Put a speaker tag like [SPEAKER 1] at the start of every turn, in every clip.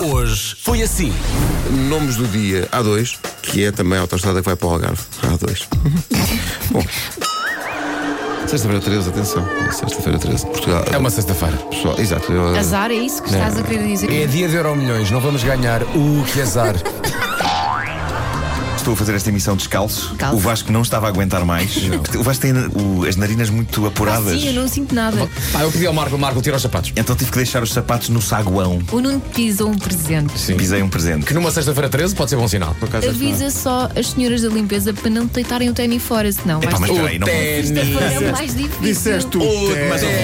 [SPEAKER 1] Hoje foi assim.
[SPEAKER 2] Nomes do dia A2, que é também a autostrada que vai para o Algarve. A2. Bom. Sexta-feira 13, atenção. É Sexta-feira 13. Portugal.
[SPEAKER 3] É uma sexta-feira.
[SPEAKER 2] Pessoal, exato. Eu-
[SPEAKER 4] Azar, é isso que estás a querer dizer?
[SPEAKER 3] É dia de Euro Milhões, não vamos ganhar. Uh,
[SPEAKER 1] é
[SPEAKER 3] que azar.
[SPEAKER 5] Estou a fazer esta emissão descalço.
[SPEAKER 4] Descalço.
[SPEAKER 5] O Vasco não estava a aguentar mais. O Vasco tem o- as narinas muito apuradas.
[SPEAKER 4] Ah, Sim, eu não sinto nada.
[SPEAKER 3] Pá, eu pedi ao Marco, Marco, tira os sapatos.
[SPEAKER 5] Então tive que deixar os sapatos no saguão.
[SPEAKER 4] O Nuno pisou um presente.
[SPEAKER 5] Pisei um presente.
[SPEAKER 3] Que numa sexta-feira 13 pode ser bom sinal.
[SPEAKER 2] Por acaso,
[SPEAKER 4] Avisa só as senhoras da limpeza para não te deitarem o ténis fora, senão
[SPEAKER 5] Epá, mas
[SPEAKER 4] vais
[SPEAKER 5] espera aí, não
[SPEAKER 3] ténis.
[SPEAKER 4] é o mais difícil.
[SPEAKER 2] Disseste tu.
[SPEAKER 5] mas vamos lá.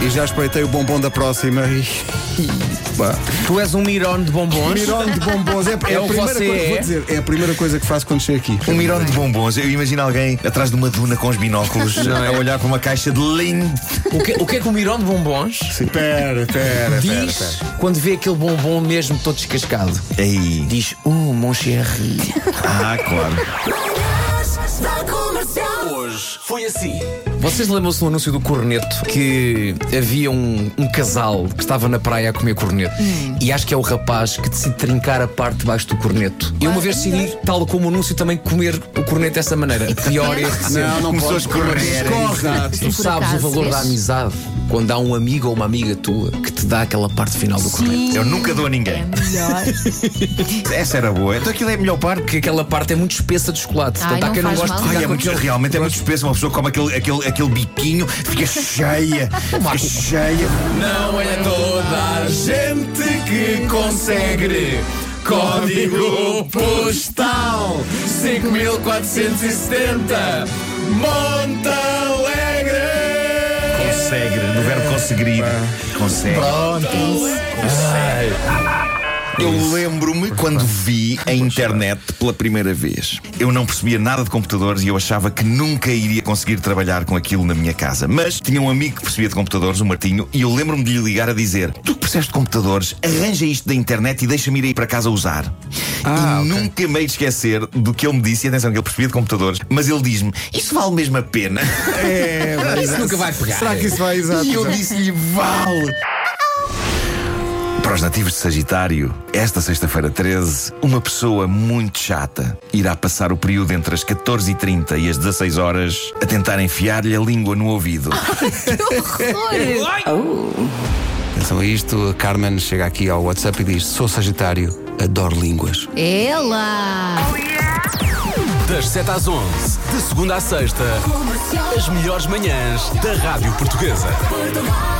[SPEAKER 2] E já espreitei o bombom da próxima. E... Pá.
[SPEAKER 1] Tu és um mirone de bombons.
[SPEAKER 2] Mirão de bombons. É, é
[SPEAKER 1] É
[SPEAKER 2] a
[SPEAKER 1] o
[SPEAKER 2] primeira
[SPEAKER 1] você
[SPEAKER 2] coisa,
[SPEAKER 1] é?
[SPEAKER 2] vou dizer, é a primeira coisa que faço quando chego aqui.
[SPEAKER 5] Um mirão
[SPEAKER 4] é.
[SPEAKER 5] de bombons. Eu imagino alguém atrás de uma duna com os binóculos a olhar para uma caixa de lindo.
[SPEAKER 1] O que, o que é que o mirone de bombons
[SPEAKER 2] Pera, pera, pera.
[SPEAKER 1] diz quando vê aquele bombom mesmo todo descascado?
[SPEAKER 5] Aí.
[SPEAKER 1] Diz, um mon chéri.
[SPEAKER 5] Ah, claro.
[SPEAKER 6] Manhãs da Comercial.
[SPEAKER 1] Hoje foi assim. Vocês lembram-se do anúncio do corneto que havia um, um casal que estava na praia a comer corneto?
[SPEAKER 4] Hum.
[SPEAKER 1] E acho que é o rapaz que decide trincar a parte de baixo do corneto. Eu uma vez decidi, tal como o anúncio, também comer o corneto dessa maneira. Pior é receber.
[SPEAKER 2] Não, não
[SPEAKER 5] Começou
[SPEAKER 2] pode.
[SPEAKER 5] a escorrer.
[SPEAKER 2] Escorre.
[SPEAKER 4] Por
[SPEAKER 1] Tu sabes o
[SPEAKER 4] acaso,
[SPEAKER 1] valor
[SPEAKER 4] vês?
[SPEAKER 1] da amizade quando há um amigo ou uma amiga tua que te dá aquela parte final do corneto.
[SPEAKER 5] Eu nunca dou a
[SPEAKER 4] é
[SPEAKER 5] ninguém.
[SPEAKER 4] Melhor.
[SPEAKER 5] Essa era boa. Então aquilo é a melhor parte.
[SPEAKER 1] Porque aquela parte é muito espessa de chocolate.
[SPEAKER 4] Ai,
[SPEAKER 1] Portanto, há
[SPEAKER 4] não
[SPEAKER 1] quem não
[SPEAKER 4] faz
[SPEAKER 1] goste de
[SPEAKER 4] mal.
[SPEAKER 5] Ai,
[SPEAKER 1] ficar
[SPEAKER 5] é
[SPEAKER 1] com
[SPEAKER 5] muito-
[SPEAKER 1] aquele.
[SPEAKER 5] realmente é muito espesso. Uma pessoa come aquele, aquele, aquele biquinho, fica cheia. Fica cheia.
[SPEAKER 3] Não é toda a gente que consegue. Código postal 5470 Monta Alegre.
[SPEAKER 5] Consegue, no verbo conseguir. Consegue. Eu lembro-me quando vi a internet pela primeira vez. Eu não percebia nada de computadores e eu achava que nunca iria conseguir trabalhar com aquilo na minha casa. Mas tinha um amigo que percebia de computadores, o Martinho, e eu lembro-me de lhe ligar a dizer: Tu que percebes de computadores, arranja isto da internet e deixa-me ir aí para casa usar. e nunca me hei de esquecer do que ele me disse, e atenção, que ele percebia de computadores, mas ele diz-me: Isso vale mesmo a pena?
[SPEAKER 2] É, vai,
[SPEAKER 3] Isso nunca vai pegar.
[SPEAKER 2] será que isso vai exato?
[SPEAKER 5] E eu
[SPEAKER 2] exato.
[SPEAKER 5] disse-lhe: vale! Para os nativos de Sagitário, esta sexta-feira 13, uma pessoa muito chata irá passar o período entre as 14h30 e as 16 horas a tentar enfiar-lhe a língua no ouvido.
[SPEAKER 4] Horror.
[SPEAKER 2] Atenção a isto, a Carmen chega aqui ao WhatsApp e diz: Sou Sagitário, adoro línguas.
[SPEAKER 4] É Ela!
[SPEAKER 1] Das 7 às 11, de segunda à sexta,
[SPEAKER 6] Comercial.
[SPEAKER 1] as melhores manhãs da Rádio Portuguesa.
[SPEAKER 6] Portugal.